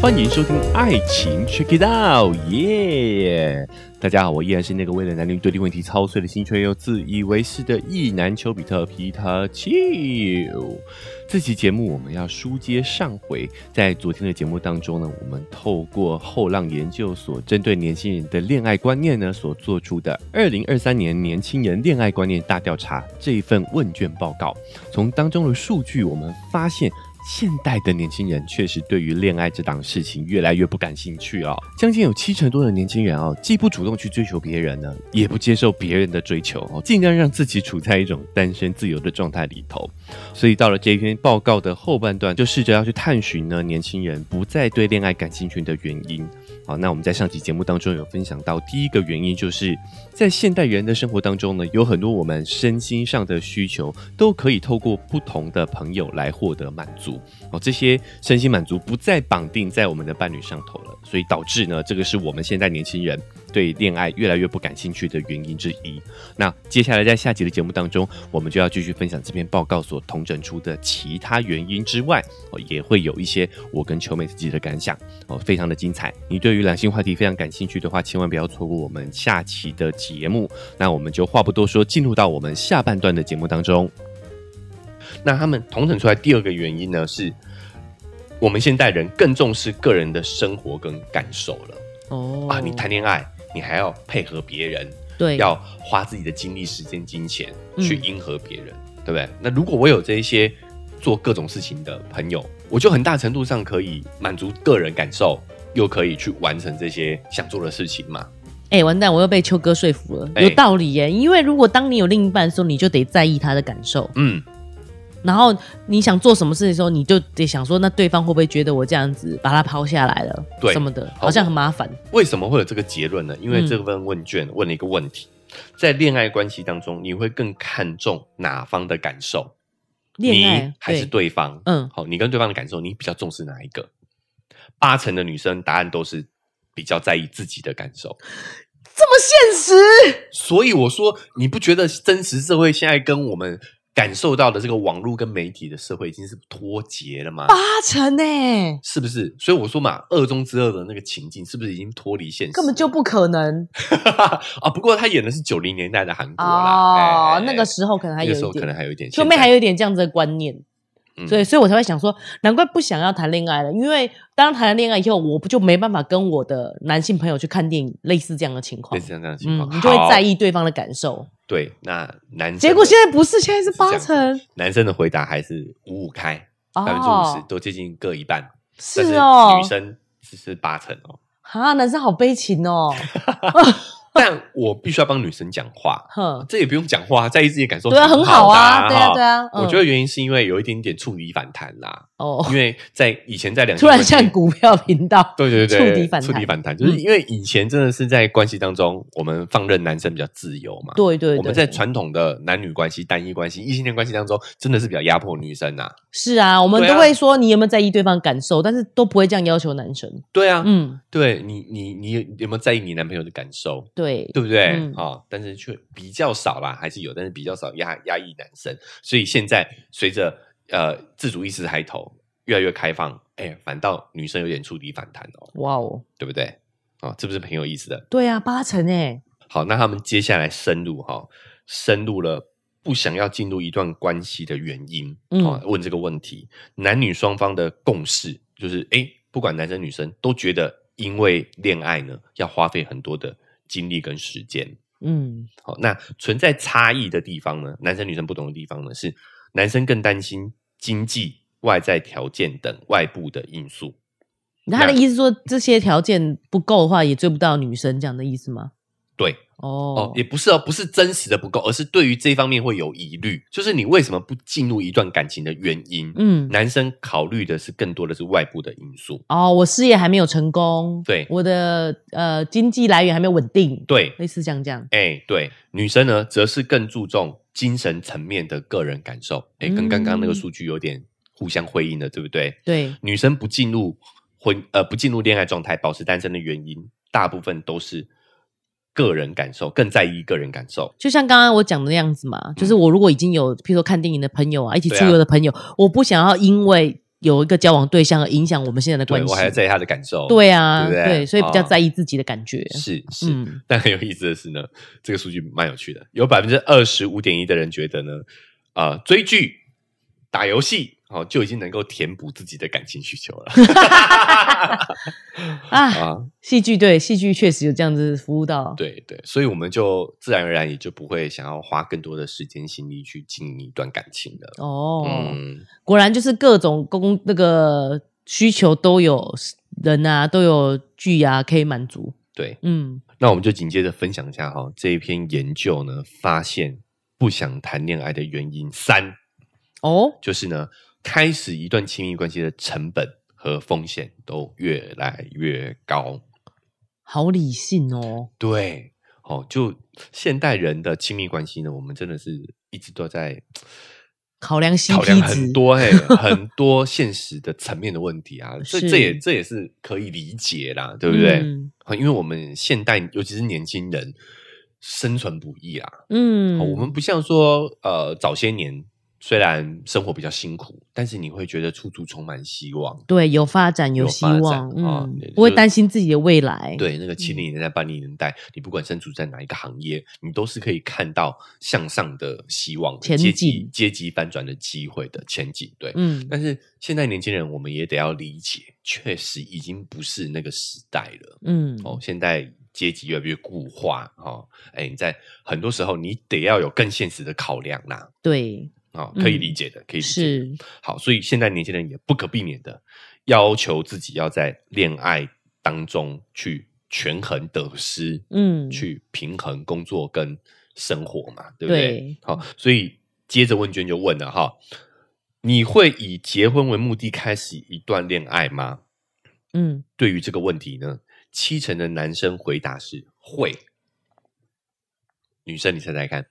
欢迎收听《爱情 Check It Out》，耶！大家好，我依然是那个为了男女对立问题操碎了心却又自以为是的意男丘比特皮特丘。这期节目我们要书接上回，在昨天的节目当中呢，我们透过后浪研究所针对年轻人的恋爱观念呢所做出的二零二三年年轻人恋爱观念大调查这一份问卷报告，从当中的数据我们发现。现代的年轻人确实对于恋爱这档事情越来越不感兴趣哦。将近有七成多的年轻人哦，既不主动去追求别人呢，也不接受别人的追求哦，尽量让自己处在一种单身自由的状态里头。所以到了这篇报告的后半段，就试着要去探寻呢，年轻人不再对恋爱感兴趣的原因。好，那我们在上期节目当中有分享到，第一个原因就是在现代人的生活当中呢，有很多我们身心上的需求都可以透过不同的朋友来获得满足。哦，这些身心满足不再绑定在我们的伴侣上头了，所以导致呢，这个是我们现在年轻人对恋爱越来越不感兴趣的原因之一。那接下来在下集的节目当中，我们就要继续分享这篇报告所统整出的其他原因之外，哦，也会有一些我跟球美自己的感想哦，非常的精彩。你对于两性话题非常感兴趣的话，千万不要错过我们下期的节目。那我们就话不多说，进入到我们下半段的节目当中。那他们统整出来第二个原因呢，是我们现代人更重视个人的生活跟感受了、哦啊！你谈恋爱，你还要配合别人，对要花自己的精力、时间、金钱嗯去迎合别人，对不对？那如果我有这一些做各种事情的朋友，我就很大程度上可以满足个人感受，又可以去完成这些想做的事情嘛。哎、完蛋，我又被秋哥说服了，哎有道理耶。因为如果当你有另一半的时候，你就得在意他的感受，嗯，然后你想做什么事的时候，你就得想说，那对方会不会觉得我这样子把他抛下来了，对什么的，好好像很麻烦。为什么会有这个结论呢？因为嗯这份问卷问了一个问题，在恋爱关系当中，你会更看重哪方的感受？恋爱你还是，对方？嗯好，你跟对方的感受，你比较重视哪一个？八成的女生答案都是比较在意自己的感受，这么现实，所以我说，你不觉得真实社会现在跟我们感受到的这个网络跟媒体的社会已经是脱节了吗？八成呢、是不是？所以我说嘛，恶中之恶的那个情境是不是已经脱离现实？根本就不可能 啊！不过他演的是九零年代的韩国啦，哦哎。那个时候可能还那个有时一候可能点，还有一点，秋妹还有一点这样子的观念。嗯所以，所以我才会想说，难怪不想要谈恋爱了，因为当谈了恋爱以后，我不就没办法跟我的男性朋友去看电影，类似这样的情况类。似这样的情嗯况，，你就会好在意对方的感受。对。那男生结果的现在不是，现在是八是这样成男生的回答还是五五开，百分之五十哦，都接近各一半，但是哦女，生只是八成哦。啊，男生好悲情哦，但我必须要帮女生讲话， 哼，这也不用讲话，在意自己的感受，对啊，很好好的啊，对啊，哈对啊，嗯我觉得原因是因为有一点点触底反弹啦，哦，因为在以前在两性突然关系像股票频道， 对对对，触底反弹嗯触底反弹，就是因为以前真的是在关系当中，我们放任男生比较自由嘛。对对对，啊我们在传统的男女关系、单一关系、异性恋关系当中，真的是比较压迫女生呐、是啊，我们对啊都会说你有没有在意对方感受，但是都不会这样要求男生。对啊，嗯，对你，你，你有有没有在意你男朋友的感受？对，对不对？啊、嗯但是却比较少啦，还是有，但是比较少压压抑男生。所以现在随着呃自主意识抬头，越来越开放，哎，反倒女生有点触底反弹哦，哇哦，对不对？啊、这不是很有意思的？对啊，八成哎，好，那他们接下来深入哈、深入了不想要进入一段关系的原因，嗯哦，问这个问题，男女双方的共识就是，哎，不管男生女生都觉得，因为恋爱呢要花费很多的精力跟时间。嗯，好，那存在差异的地方呢，男生女生不同的地方呢，是男生更担心经济、外在条件等外部的因素。他的意思说这些条件不够的话，也追不到女生，这样的意思吗？对，哦哦，，也不是哦，不是真实的不够，而是对于这方面会有疑虑，就是你为什么不进入一段感情的原因。嗯，男生考虑的是更多的是外部的因素，哦，我事业还没有成功，对我的呃经济来源还没有稳定，对，类似像这样，哎，对，女生呢，则是更注重精神层面的个人感受，哎，跟刚刚那个嗯数据有点互相辉映的，对不对？对，女生不进入婚呃不进入恋爱状态，保持单身的原因，大部分都是个人感受，更在意个人感受。就像刚刚我讲的那样子嘛，就是我如果已经有，譬如说看电影的朋友啊，一起出嗯对啊游的朋友，我不想要因为有一个交往对象而影响我们现在的对关系我还要。在意他的感受，对啊，对不对所以比较哦在意自己的感觉。是是。嗯，但很有意思的是呢，这个数据蛮有趣的，有百分之二十五点一的人觉得呢，啊、追剧、打游戏哦，就已经能够填补自己的感情需求 了啊，啊。戏剧对戏剧确实有这样子服务到。对对，所以我们就自然而然也就不会想要花更多的时间心力去经营一段感情了。哦，嗯，果然就是各种工那个需求都有人啊，都有剧啊可以满足。对。嗯，那我们就紧接着分享一下哈、这一篇研究呢，发现不想谈恋爱的原因三哦，就是呢，开始一段亲密关系的成本和风险都越来越高。好理性哦。对，哦，就现代人的亲密关系呢，我们真的是一直都在考量 CP 值考量很多嘿， 很多现实的层面的问题 啊，这是这也这也是可以理解啦，对不对？嗯哦因为我们现代，尤其是年轻人，生存不易啊，嗯哦我们不像说呃早些年。虽然生活比较辛苦，但是你会觉得处处充满希望。对有发展有希发展望，啊嗯对，不会就担心自己的未来。，对，那个七零年代、八零年代，你不管身处在哪一个行业，你都是可以看到向上的希望、前阶级景阶级翻转的机会的前景。对，嗯，但是现在年轻人，我们也得要理解，确实已经不是那个时代了。嗯，哦，现在阶级越来越固化。哦，哎，你在很多时候，你得要有更现实的考量啦。对，哦，可以嗯理解的，可以理解的。是，好，所以现在年轻人也不可避免的要求自己要在恋爱当中去权衡得失，嗯，去平衡工作跟生活嘛，对不对？对嗯好，所以接着问卷就问了哈，你会以结婚为目的开始一段恋爱吗？嗯，对于这个问题呢，七成的男生回答是会，女生你猜猜看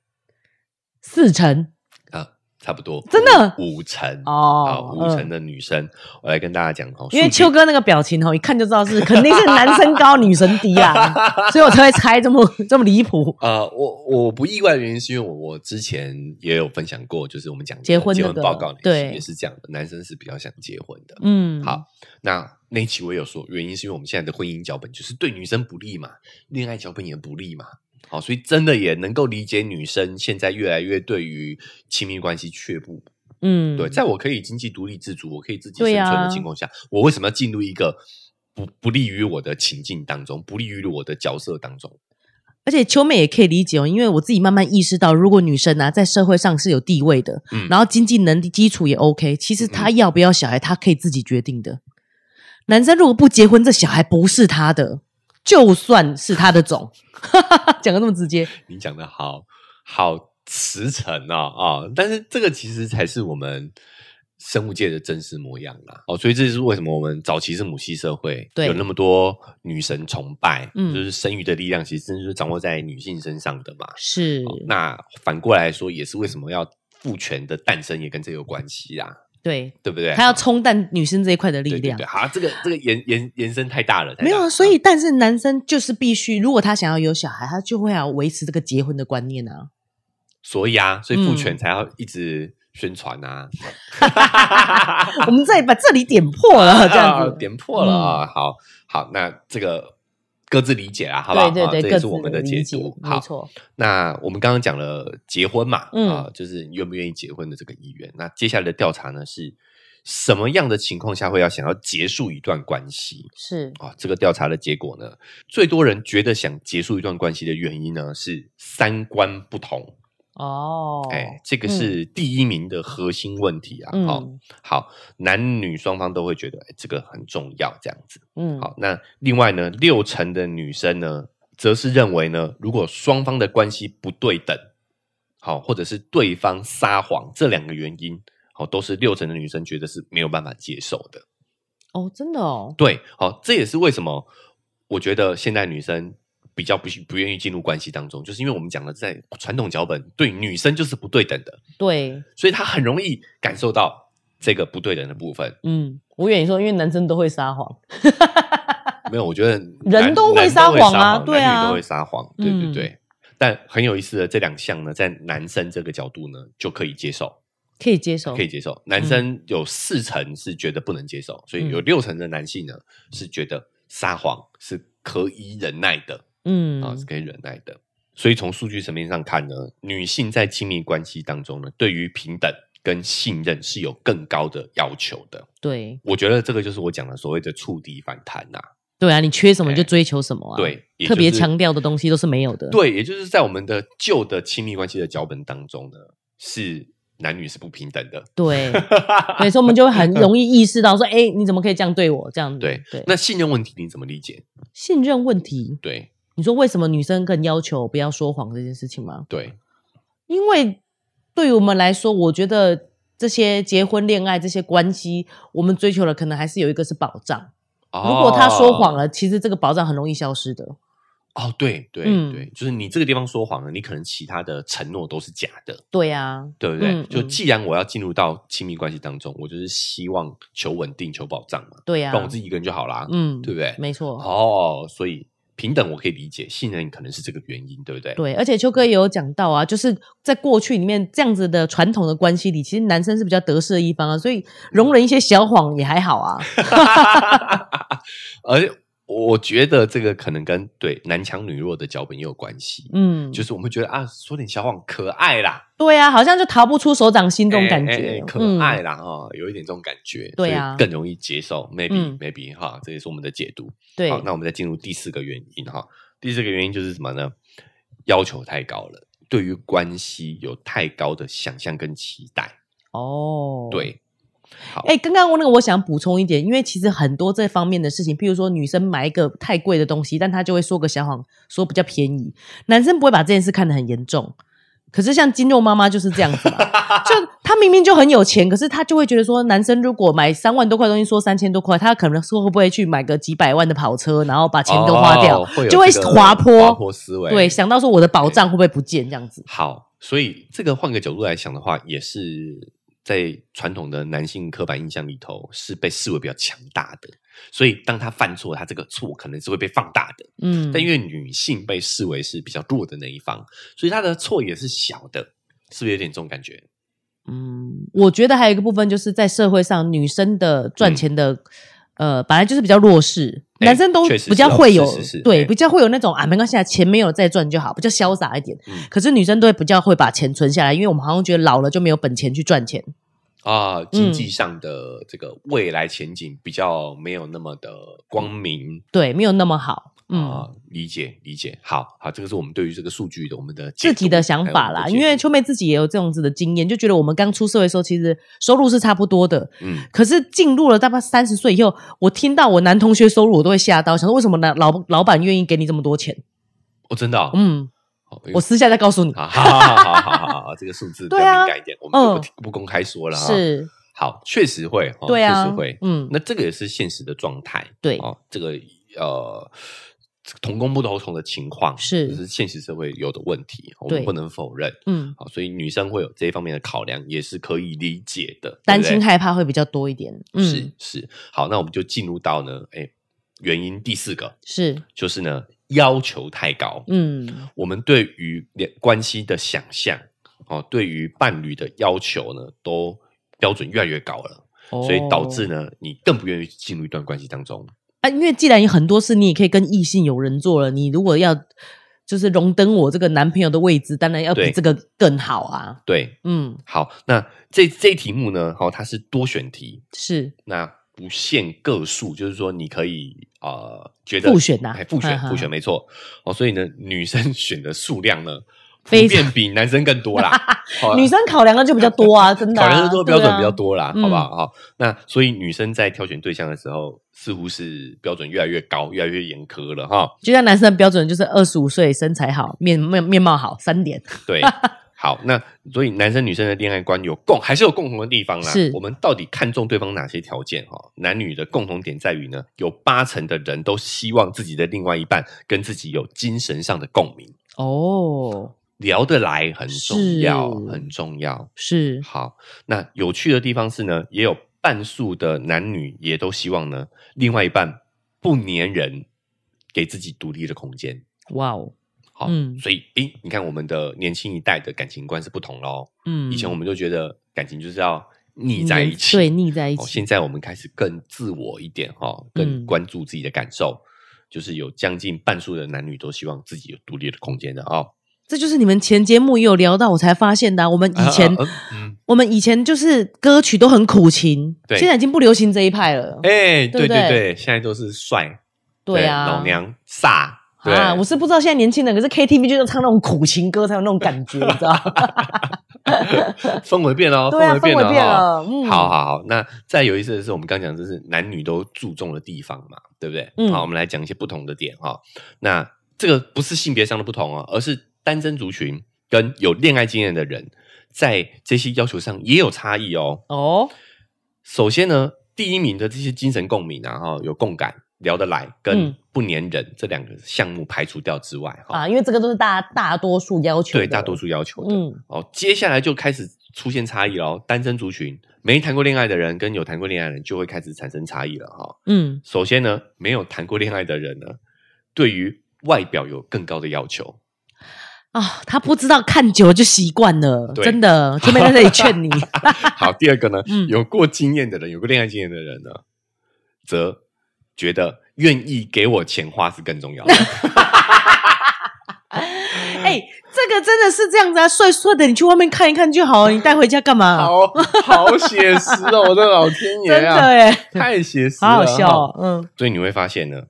四成啊，差不多，真的五五成啊，哦，五嗯成的女生，我来跟大家讲哦，因为数据秋哥那个表情哦，一看就知道 是肯定是男生高女神低啦，所以我才会猜这么这么离谱。呃，我我不意外的原因是因为我我之前也有分享过，就是我们讲的结婚结那婚个报告那一期对也是这样的，男生是比较想结婚的。嗯，好，那那一期我也有说，原因是因为我们现在的婚姻脚本就是对女生不利嘛，恋爱脚本也不利嘛。好，所以真的也能够理解女生现在越来越对于亲密关系却步。嗯，对，在我可以经济独立自主，我可以自己对生存啊的情况下，我为什么要进入一个不不利于我的情境当中，不利于我的角色当中？而且秋妹也可以理解哦，因为我自己慢慢意识到，如果女生啊在社会上是有地位的，嗯然后经济能力基础也 OK，其实她要不要小孩，她可以自己决定的。男生如果不结婚，这小孩不是他的，就算是他的种， 讲的那么直接，你讲的好好驰骋啊啊、但是这个其实才是我们生物界的真实模样啦。哦，所以这就是为什么我们早期是母系社会，对有那么多女神崇拜，嗯就是生育的力量其实真的就是掌握在女性身上的嘛。是哦那反过来说，也是为什么要父权的诞生也跟这有关系啊，对，对不对？哦他要冲淡女生这一块的力对对量对，。好，这个这个延延延伸太大了，太大没有，了嗯啊，所以但是男生就是必须，如果他想要有小孩，他就会要维持这个结婚的观念 啊。所以啊，所以父嗯权才要一直宣传啊。我们再把这里点 破 了，这样啊子。嗯点破了啊、好好，那这个各自理解啦，好不好？对对啊对，这各也是自我们的理解解读。没好，错。那我们刚刚讲了结婚嘛，嗯啊，就是你愿不愿意结婚的这个意愿。那接下来的调查呢，是什么样的情况下会要想要结束一段关系？是啊，这个调查的结果呢，最多人觉得想结束一段关系的原因呢是三观不同，哦，哎、这个是第一名的核心问题啊。好、嗯好，男女双方都会觉得、哎这个很重要，这样子。嗯，好，那另外呢，六成的女生呢，则是认为呢，如果双方的关系不对等，好，或者是对方撒谎，这两个原因，好，都是六成的女生觉得是没有办法接受的。哦，真的哦，对，好，这也是为什么我觉得现代女生。比较不不愿意进入关系当中，就是因为我们讲的在传统脚本对女生就是不对等的，对，所以她很容易感受到这个不对等的部分。嗯，我跟你说，因为男生都会撒谎，没有，我觉得人男都会男撒谎啊男对啊女都会撒谎，对对嗯对。但很有意思的这两项呢，在男生这个角度呢，就可以接受。可以接受，可以接受。嗯男生有四成是觉得不能接受，所以有六成的男性呢是觉得撒谎是可以忍耐的嗯啊，是可以忍耐的。所以从数据层面上看呢，女性在亲密关系当中呢，对于平等跟信任是有更高的要求的。对我觉得这个就是我讲的所谓的触底反弹呐、对啊，你缺什么哎你就追求什么啊，对，也特别就是强调的东西都是没有的，对，也就是在我们的旧的亲密关系的脚本当中呢，是男女是不平等的。对对，所以我们就会很容易意识到说，哎，你怎么可以这样对我？这样子对对，那信任问题你怎么理解？信任问题，对你说为什么女生更要求不要说谎这件事情吗？对，因为对于我们来说，我觉得这些结婚、恋爱这些关系，我们追求的可能还是有一个是保障。哦如果他说谎了，了，其实这个保障很容易消失的。哦，对对、嗯对，就是你这个地方说谎了，你可能其他的承诺都是假的，对呀、对不对？嗯就嗯既然我要进入到亲密关系当中，我就是希望求稳定、求保障嘛，对呀、啊不然我自己一个人就好啦。嗯对不对没错，哦，所以平等我可以理解，信任可能是这个原因，对不对？对。而且秋哥也有讲到啊，就是在过去里面这样子的传统的关系里，其实男生是比较得势的一方啊，所以容忍一些小谎也还好 啊。而我觉得这个可能跟对男强女弱的脚本也有关系，嗯，就是我们觉得啊，说点小谎可爱啦，对啊，好像就逃不出手掌心这种感觉，哎哎哎可嗯爱啦哦，有一点这种感觉，对所啊以更容易接受，maybe 嗯 maybe 哈，这也是我们的解读。对，好，那我们再进入第四个原因哈，第四个原因就是什么呢？要求太高了，对于关系有太高的想象跟期待，哦，。对，好，哎、刚刚我那个我想补充一点，因为其实很多这方面的事情，譬如说女生买一个太贵的东西，但她就会说个小谎，说比较便宜。男生不会把这件事看得很严重，可是像金肉妈妈就是这样子嘛， 就她明明就很有钱，可是她就会觉得说，男生如果买三万多块的东西说三千多块，他可能说会不会去买个几百万的跑车，然后把钱都花掉，哦会有就会这个滑坡滑坡思维，对，想到说我的保障会不会不见这样子？好，所以这个换个角度来想的话，也是在传统的男性刻板印象里头是被视为比较强大的，所以当他犯错，他这个错可能是会被放大的。嗯，但因为女性被视为是比较弱的那一方，所以她的错也是小的，是不是有点这种感觉？嗯，我觉得还有一个部分就是在社会上，女生的赚钱的、呃，本来就是比较弱势，嗯哎男生都确实是比较会有、是是是对、哎比较会有那种啊，没关系，啊，钱没有再赚就好，比较潇洒一点。嗯可是女生都会比较会把钱存下来，因为我们好像觉得老了就没有本钱去赚钱。啊，经嗯济上的这个未来前景比较没有那么的光明。对，没有那么好。嗯，啊，理解理解，好好，这个是我们对于这个数据的我们的解自己读的想法还啦，有我们的因解为读秋妹自己也有这种子的经验，就觉得我们刚出社会的时候，其实收入是差不多的。嗯，可是进入了大概三十岁以后，我听到我男同学收入，我都会吓到，想说为什么老老老板愿意给你这么多钱？哦，真的哦、嗯，好我私下再告诉你。好好好好好好，这个数字比较对啊敏感一点，我们就不嗯提不公开说了哈。，是，好，确实会，哦、对啊，确实会。嗯，那这个也是现实的状态，对哦，这个呃，同工不同酬的情况是这是现实社会有的问题，我对们不能否认。嗯，好，所以女生会有这一方面的考量，也是可以理解的，担对不心对害怕会比较多一点。嗯，是是。好，那我们就进入到呢，哎，原因第四个是，就是呢，要求太高，嗯，我们对于两关系的想象哦，对于伴侣的要求呢，都标准越来越高了，所以导致哦呢，你更不愿意进入一段关系当中。啊，因为既然有很多事你也可以跟异性有人做了，你如果要就是荣登我这个男朋友的位置，当然要比对这个更好啊。对，嗯，好，那这这题目呢，哦，它是多选题，是，那不限个数，就是说你可以呃，觉得复选呐哎复选嗯哼复选没错哦，所以呢，女生 选的数量呢，普非常遍比男生更多 啦，好女生考量的就比较多啊，真的啊，考量的多对标啊准比较。多啦，嗯好不好？好，那所以女生在挑选对象的时候，似乎是标准越来越高，越来越严苛了哈。就像男生的标准就是二十五岁，身材好，面面面貌好，三点对，好，那所以男生女生的恋爱观有共，还是有共同的地方啦。是我们到底看重对方哪些条件？哈，男女的共同点在于呢，有八成的人都希望自己的另外一半跟自己有精神上的共鸣，哦，聊得来很重要，是很重要。是好，那有趣的地方是呢，也有半数的男女也都希望呢，另外一半不粘人，给自己独立的空间。哇哦，好，嗯所以诶，你看我们的年轻一代的感情观是不同喽。嗯，以前我们就觉得感情就是要腻在一起，对，腻在一哦，起，现在我们开始更自我一点哈、哦，更嗯关注自己的感受，就是有将近半数的男女都希望自己有独立的空间的哦。这就是你们前节目也有聊到，我才发现的啊、我们以 前、啊啊啊嗯，我们以前就是歌曲都很苦情，对现在已经不流行这一派了。 哎、对对对不对对，现在都是帅，对啊，老娘飒，对，啊，我是不知道现在年轻人，可是 KTV 就是唱那种苦情歌才有那种感觉，你知道？氛围变 了哦，对啊，围变氛围了变哦。了。嗯，好，好好，那再有意思的是，我们刚讲这是男女都注重的地方嘛，对不对？嗯好，我们来讲一些不同的点哈、那这个不是性别上的不同哦，而是单身族群跟有恋爱经验的人在这些要求上也有差异哦。哦，首先呢，第一名的这些精神共鸣啊，哈，有共感、聊得来跟嗯不粘人这两个项目排除掉之外，哦哈、啊，因为这个都是大大多数要求的，对大多数要求的。嗯哦，接下来就开始出现差异了哦。单身族群没谈过恋爱的人跟有谈过恋爱的人就会开始产生差异了哈、嗯，首先呢，没有谈过恋爱的人呢，对于外表有更高的要求。啊，他不知道看久了就习惯了，对真的，就没在这里 劝你。好，第二个呢， 嗯有过经验的人，有过恋爱经验的人呢，则觉得愿意给我钱花是更重 要的。哎、这个真的是这样子啊，帅帅的，你去外面看一看就好了，你带回家干嘛？好啊好写实哦，我的老天爷 真的啊，哎、太写实了，好好笑、哈哦，嗯，所以你会发现呢，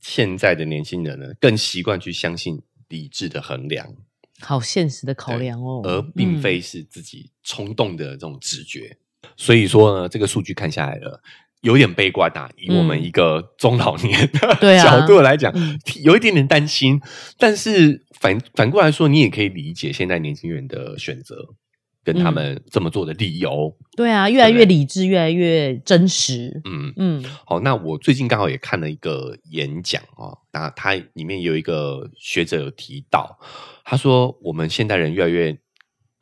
现在的年轻人呢，更习惯去相信理智的衡量，好现实的考量哦，而并非是自己冲动的这种直觉。所以说呢，这个数据看下来了。有点悲观啊，以我们一个中老年的、嗯 对啊角度来讲嗯，有一点点担心。但是反反过来说，你也可以理解现在年轻人的选择，跟嗯他们这么做的理由。对啊，越来越理智，越来越真实。嗯，嗯好，那我最近刚好也看了一个演讲哦，那它里面有一个学者有提到，他说我们现代人越来越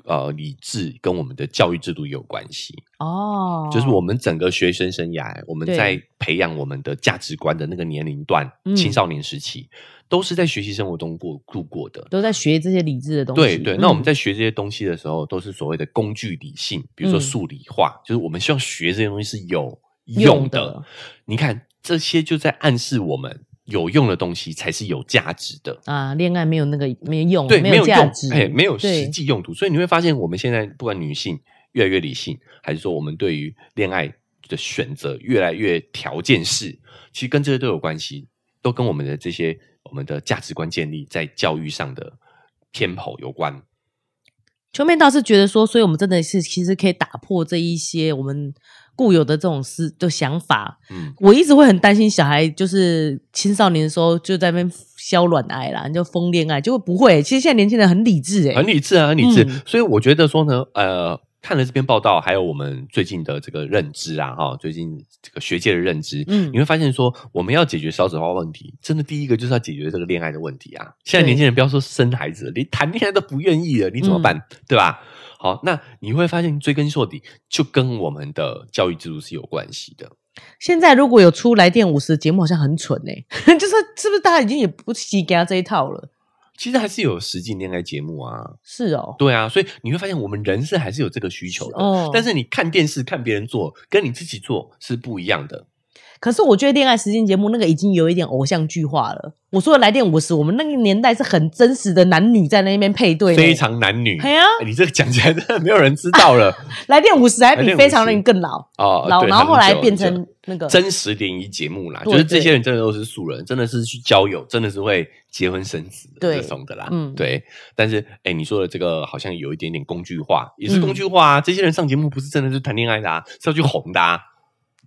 呃理智，跟我们的教育制度有关系，哦，就是我们整个学生生涯，我们对在培养我们的价值观的那个年龄段，嗯青少年时期，都是在学习生活中过度过的。都在学这些理智的东对西。对，嗯那我们在学这些东西的时候，都是所谓的工具理性，比如说嗯数理化，就是我们希望学这些东西是有用用的。的你看，这些就在暗示我们有用的东西才是有价值的。啊，恋爱没有那个没有用，对，没有有价用值，，哎，没有对实际用途，所以你会发现，我们现在不管女性越来越理性，还是说我们对于恋爱的选择越来越条件式，其实跟这些都有关系，都跟我们的这些我们的价值观建立在教育上的偏颇有关。秋妹倒是觉得说，所以我们真的是其实可以打破这一些我们固有的这种思的想法。嗯，我一直会很担心小孩，就是青少年的时候就在那边消软癌啦，你就疯恋爱，结果不会。其实现在年轻人很理智、欸，很理智啊，很理智。嗯所以我觉得说呢，呃，看了这篇报道，还有我们最近的这个认知啊，哈，最近这个学界的认知，嗯你会发现说，我们要解决少子化问题，真的第一个就是要解决这个恋爱的问题啊。现在对年轻人不要说生孩子了，连谈恋爱都不愿意了，你怎嗯么办？对吧？好，那你会发现追根溯底，就跟我们的教育制度是有关系的。现在如果有出来电五十的节目，好像很蠢哎、欸， 就是是不是大家已经也不习给他这一套了？其实还是有实际恋爱节目啊，是哦，对啊，所以你会发现我们人是还是有这个需求的，哦但是你看电视看别人做，跟你自己做是不一样的。可是我觉得恋爱实境节目那个已经有一点偶像剧化了。我说的来电五十，我们那个年代是很真实的男女在那边配对呢，非常男女。嘿啊哎你这个讲起来真的没有人知道 了来电五十还来比电非常50人更老哦。老，对然后后来很变。久很成久那个真实联谊节目啦，对就是这些人真的都是素人，真的是去交友，真的是会结婚生子的对这种的啦。嗯对。但是，哎，你说的这个好像有一点点工具化，也是嗯工具化啊。这些人上节目不是真的是谈恋爱的啊，是要去红的啊。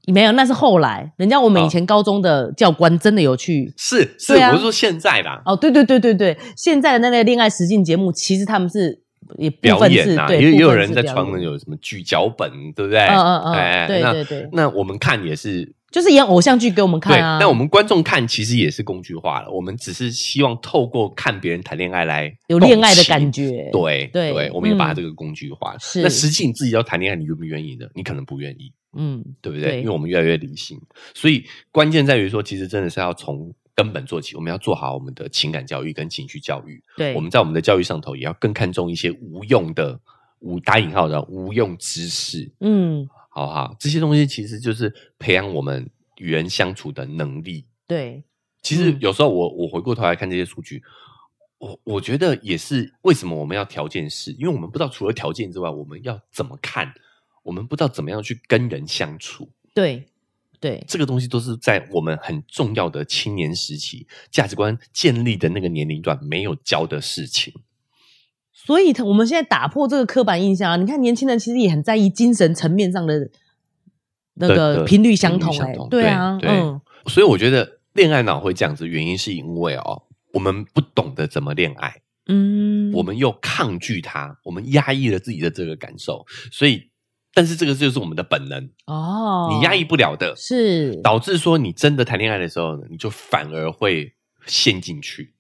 没有，那是后来人家我们哦以前高中的教官真的有去。是是，对啊我是说现在啦，哦，对对对对对，现在的那类恋爱实境节目，其实他们是也部表分是演啊，对，也也部有分人是在表传演闻有什么剧脚本，对不对？嗯嗯嗯哎对那对对那我们看也是。就是演偶像剧给我们对，看啊。那我们观众看其实也是工具化了，我们只是希望透过看别人谈恋爱来有恋爱的觉。感觉，对对我们也把它嗯这个工具化。是那实际你自己要谈恋爱，你愿不愿意呢？你可能不愿意，嗯，对不对？对因为我们越来越理性，所以关键在于说，其实真的是要从根本做起，我们要做好我们的情感教育跟情绪教育。对，我们在我们的教育上头也要更看重一些无用的无打引号的无用知识，嗯，好不好？这些东西其实就是培养我们与人相处的能力。对，其实嗯有时候我我回过头来看这些数据，我我觉得也是为什么我们要条件式，因为我们不知道除了条件之外，我们要怎么看，我们不知道怎么样去跟人相处。对，对，这个东西都是在我们很重要的青年时期价值观建立的那个年龄段没有教的事情。所以他我们现在打破这个刻板印象啊！你看，年轻人其实也很在意精神层面上的那的个的频率相频同、率相哎同，对啊，对对嗯，所以我觉得恋爱脑会这样子，原因是因为哦，我们不懂得怎么恋爱，嗯，我们又抗拒它，我们压抑了自己的这个感受，所以，但是这个就是我们的本能，哦，你压抑不了的，是导致说你真的谈恋爱的时候呢，你就反而会陷进去。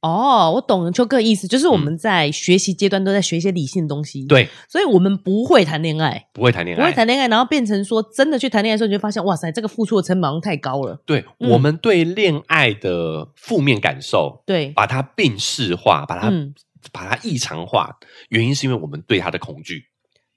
哦，我懂秋哥的意思，就是我们在学习阶段都在学一些理性的东西，，嗯对，所以我们不会谈恋爱，不会谈恋不会爱。谈恋爱，然后变成说真的去谈恋爱的时候，你就发现哇塞，这个付出的成本好像太高了，对、嗯我们对恋爱的负面感受，对，把它病视化，把它、嗯把它异常化，原因是因为我们对它的恐惧。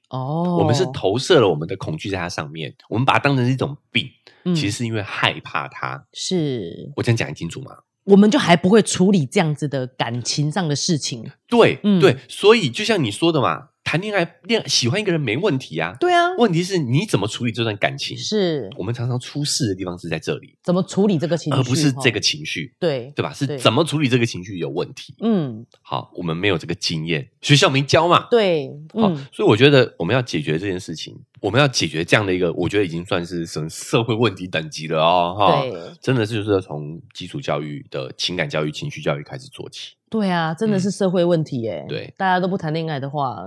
哦，我们是投射了我们的恐惧在它上面，我们把它当成是一种病，嗯其实是因为害怕它。是，我这样讲得清楚吗？我们就还不会处理这样子的感情上的事情，对，嗯对，所以就像你说的嘛，谈恋爱恋喜欢一个人没问题啊，对啊，问题是你怎么处理这段感情。是我们常常出事的地方是在这里，怎么处理这个情绪，而不是这个哦情绪，对，对吧？是对怎么处理这个情绪有问题。嗯，好，我们没有这个经验，学校没教嘛。对，好嗯，，所以我觉得我们要解决这件事情，我们要解决这样的一个，我觉得已经算是什么社会问题等级了哦，哈。对，真的是就是要从基础教育的情感教育、情绪教育开始做起。对啊，真的是社会问题耶，嗯对大家都不谈恋爱的话，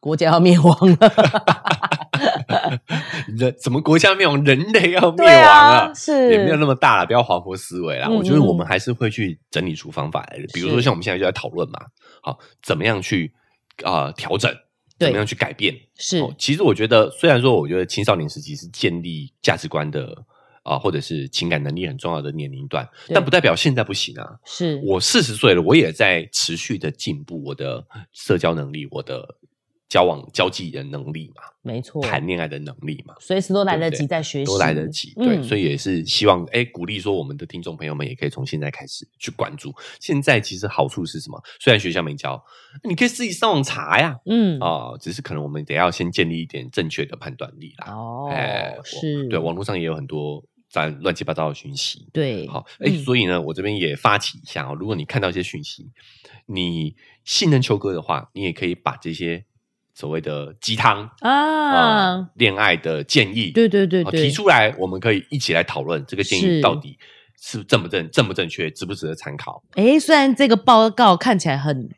国家要灭亡了，人怎么国家灭亡，人类要灭对亡啊，了，是也没有那么大了，不要滑坡思维啦。嗯我觉得我们还是会去整理出方法来的，比如说是像我们现在就在讨论嘛，好，怎么样去啊、呃调整，对怎么样去改变。是哦，其实我觉得，虽然说我觉得青少年时期是建立价值观的啊、或者是情感能力很重要的年龄段，对但不代表现在不行啊。是，我四十岁了，我也在持续的进步我的社交能力，我的交往交际的能力嘛，没错，谈恋爱的能力嘛，随时都来得对及，不对在学习嗯都来得及。对，所以以也是希望哎，鼓励说我们的听众朋友们也可以从现在开始去关注。现在其实好处是什么？虽然学校没教，你可以自己上网查呀。嗯，哦，只是可能我们得要先建立一点正确的判断力啦。哦哎，我是，对，网络上也有很多咱乱七八糟的讯息。对，好，哎、嗯所以呢，我这边也发起一下哦，如果你看到一些讯息，你信任秋哥的话，你也可以把这些所谓的鸡汤啊啊、，恋、爱的建议，对对对哦对，提出来，我们可以一起来讨论这个建是议到底是正不正、正不正确、值不值得参考。诶，虽然这个报告看起来很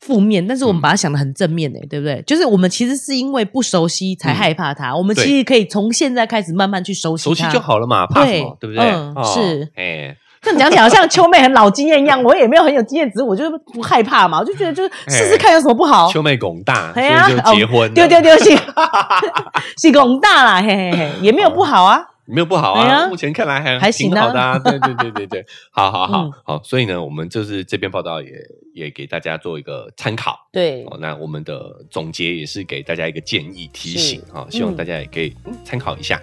负面，但是我们嗯把它想的很正面诶，对不对？就是我们其实是因为不熟悉才嗯害怕它，我们对其实可以从现在开始慢慢去熟悉熟它，悉就。好了嘛，怕什么？对对不对？嗯哦是哎、这样讲起来好像秋妹很老经验 一样，我也没有很有经验，只是我就是不害怕嘛，我就觉得就是试试看有什么不好。哎秋妹拱大，所哎呀以就结婚了，丢丢丢，是 是 广大啦，嘿嘿嘿，也没有不好啊。没有不好哎呀啊，目前看来还还行挺啊好的啊，对对对对对，好好好、嗯好，所以呢，我们就是这篇报道也也给大家做一个参考对，哦，那我们的总结也是给大家一个建议提是醒啊、哦，希望嗯大家也可以、嗯参考一下。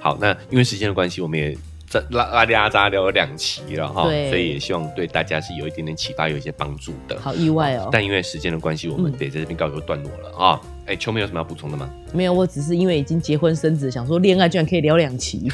好，那因为时间的关系，我们也。这拉拉里阿扎聊了两期了哈，对所以也希望对大家是有一点点启发，有一些帮助的。好意外哦。但因为时间的关系，我们得在这边告一个段落了啊。哎、秋妹有什么要补充的吗？没有，我只是因为已经结婚生子，想说恋爱居然可以聊两期。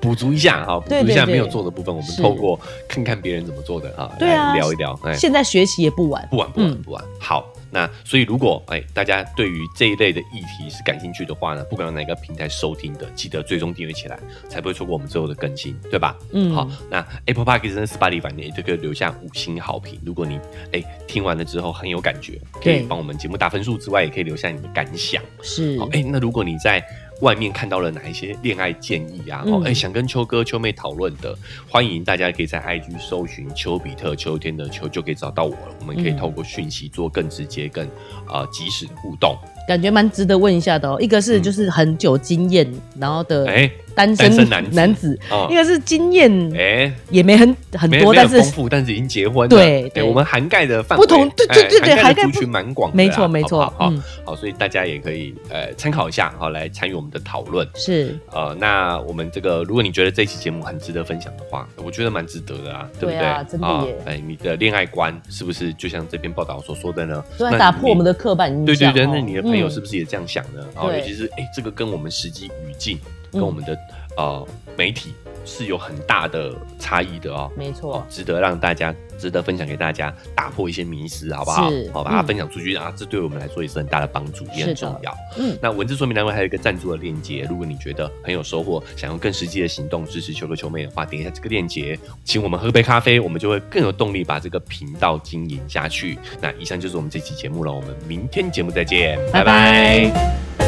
补足一下啊哈，补对足一下对对没有做的部分，我们是透过看看别人怎么做的哈，对啊来聊一聊，哎，现在学习也不晚。不晚不晚嗯不晚。好，那所以如果哎大家对于这一类的议题是感兴趣的话呢，不管哪个平台收听的，记得追踪订阅起来，才不会错过我们之后的更新，对吧？嗯好，那 Apple Park 跟 Spotify 你也都可以留下五星好评。如果你哎听完了之后很有感觉，可以对帮我们节目打分数之外，也可以留下你的感想。是好，哎、那如果你在外面看到了哪一些恋爱建议啊，哦，嗯哎、想跟秋哥、秋妹讨论的，欢迎大家可以在 IG 搜寻丘比特秋天的秋，就可以找到我了。我们可以嗯透过讯息做更直接、更呃及时的互动。感觉蛮值得问一下的哦。一个是就是很久经验，然后的哎、单身嗯单身男子子哦一个是经验哎，也没很很没有多，没有但丰是富，但是已经结婚了。对哎对我们涵盖的范围不同对对哎对对涵涵盖盖的不族群蛮广的啦，没错没啊好不错好，好嗯，好，所以大家也可以呃参考一下，好来参与我们的讨论。是呃，那我们这个，如果你觉得这期节目很值得分享的话，我觉得蛮值得的啊，对不对对？啊真的耶哎，你的恋爱观是不是就像这篇报道所说的呢？都那在打破你我们的刻板印对对象。对，哦那你的朋友嗯是不是也这样想呢？啊，对尤其是哎，这个跟我们实际语境、跟嗯我们的呃媒体是有很大的差异的哦。没哦错，，值得让大家，值得分享给大家，打破一些迷思，好不好是？好、把它嗯分享出去啊，这对我们来说也是很大的帮助，也是很的重要。嗯，那文字说明栏位还有一个赞助的链接，如果你觉得很有收获，想用更实际的行动支持球哥球妹的话，点一下这个链接，请我们喝杯咖啡，我们就会更有动力把这个频道经营下去。那以上就是我们这期节目了，我们明天节目再见，拜拜拜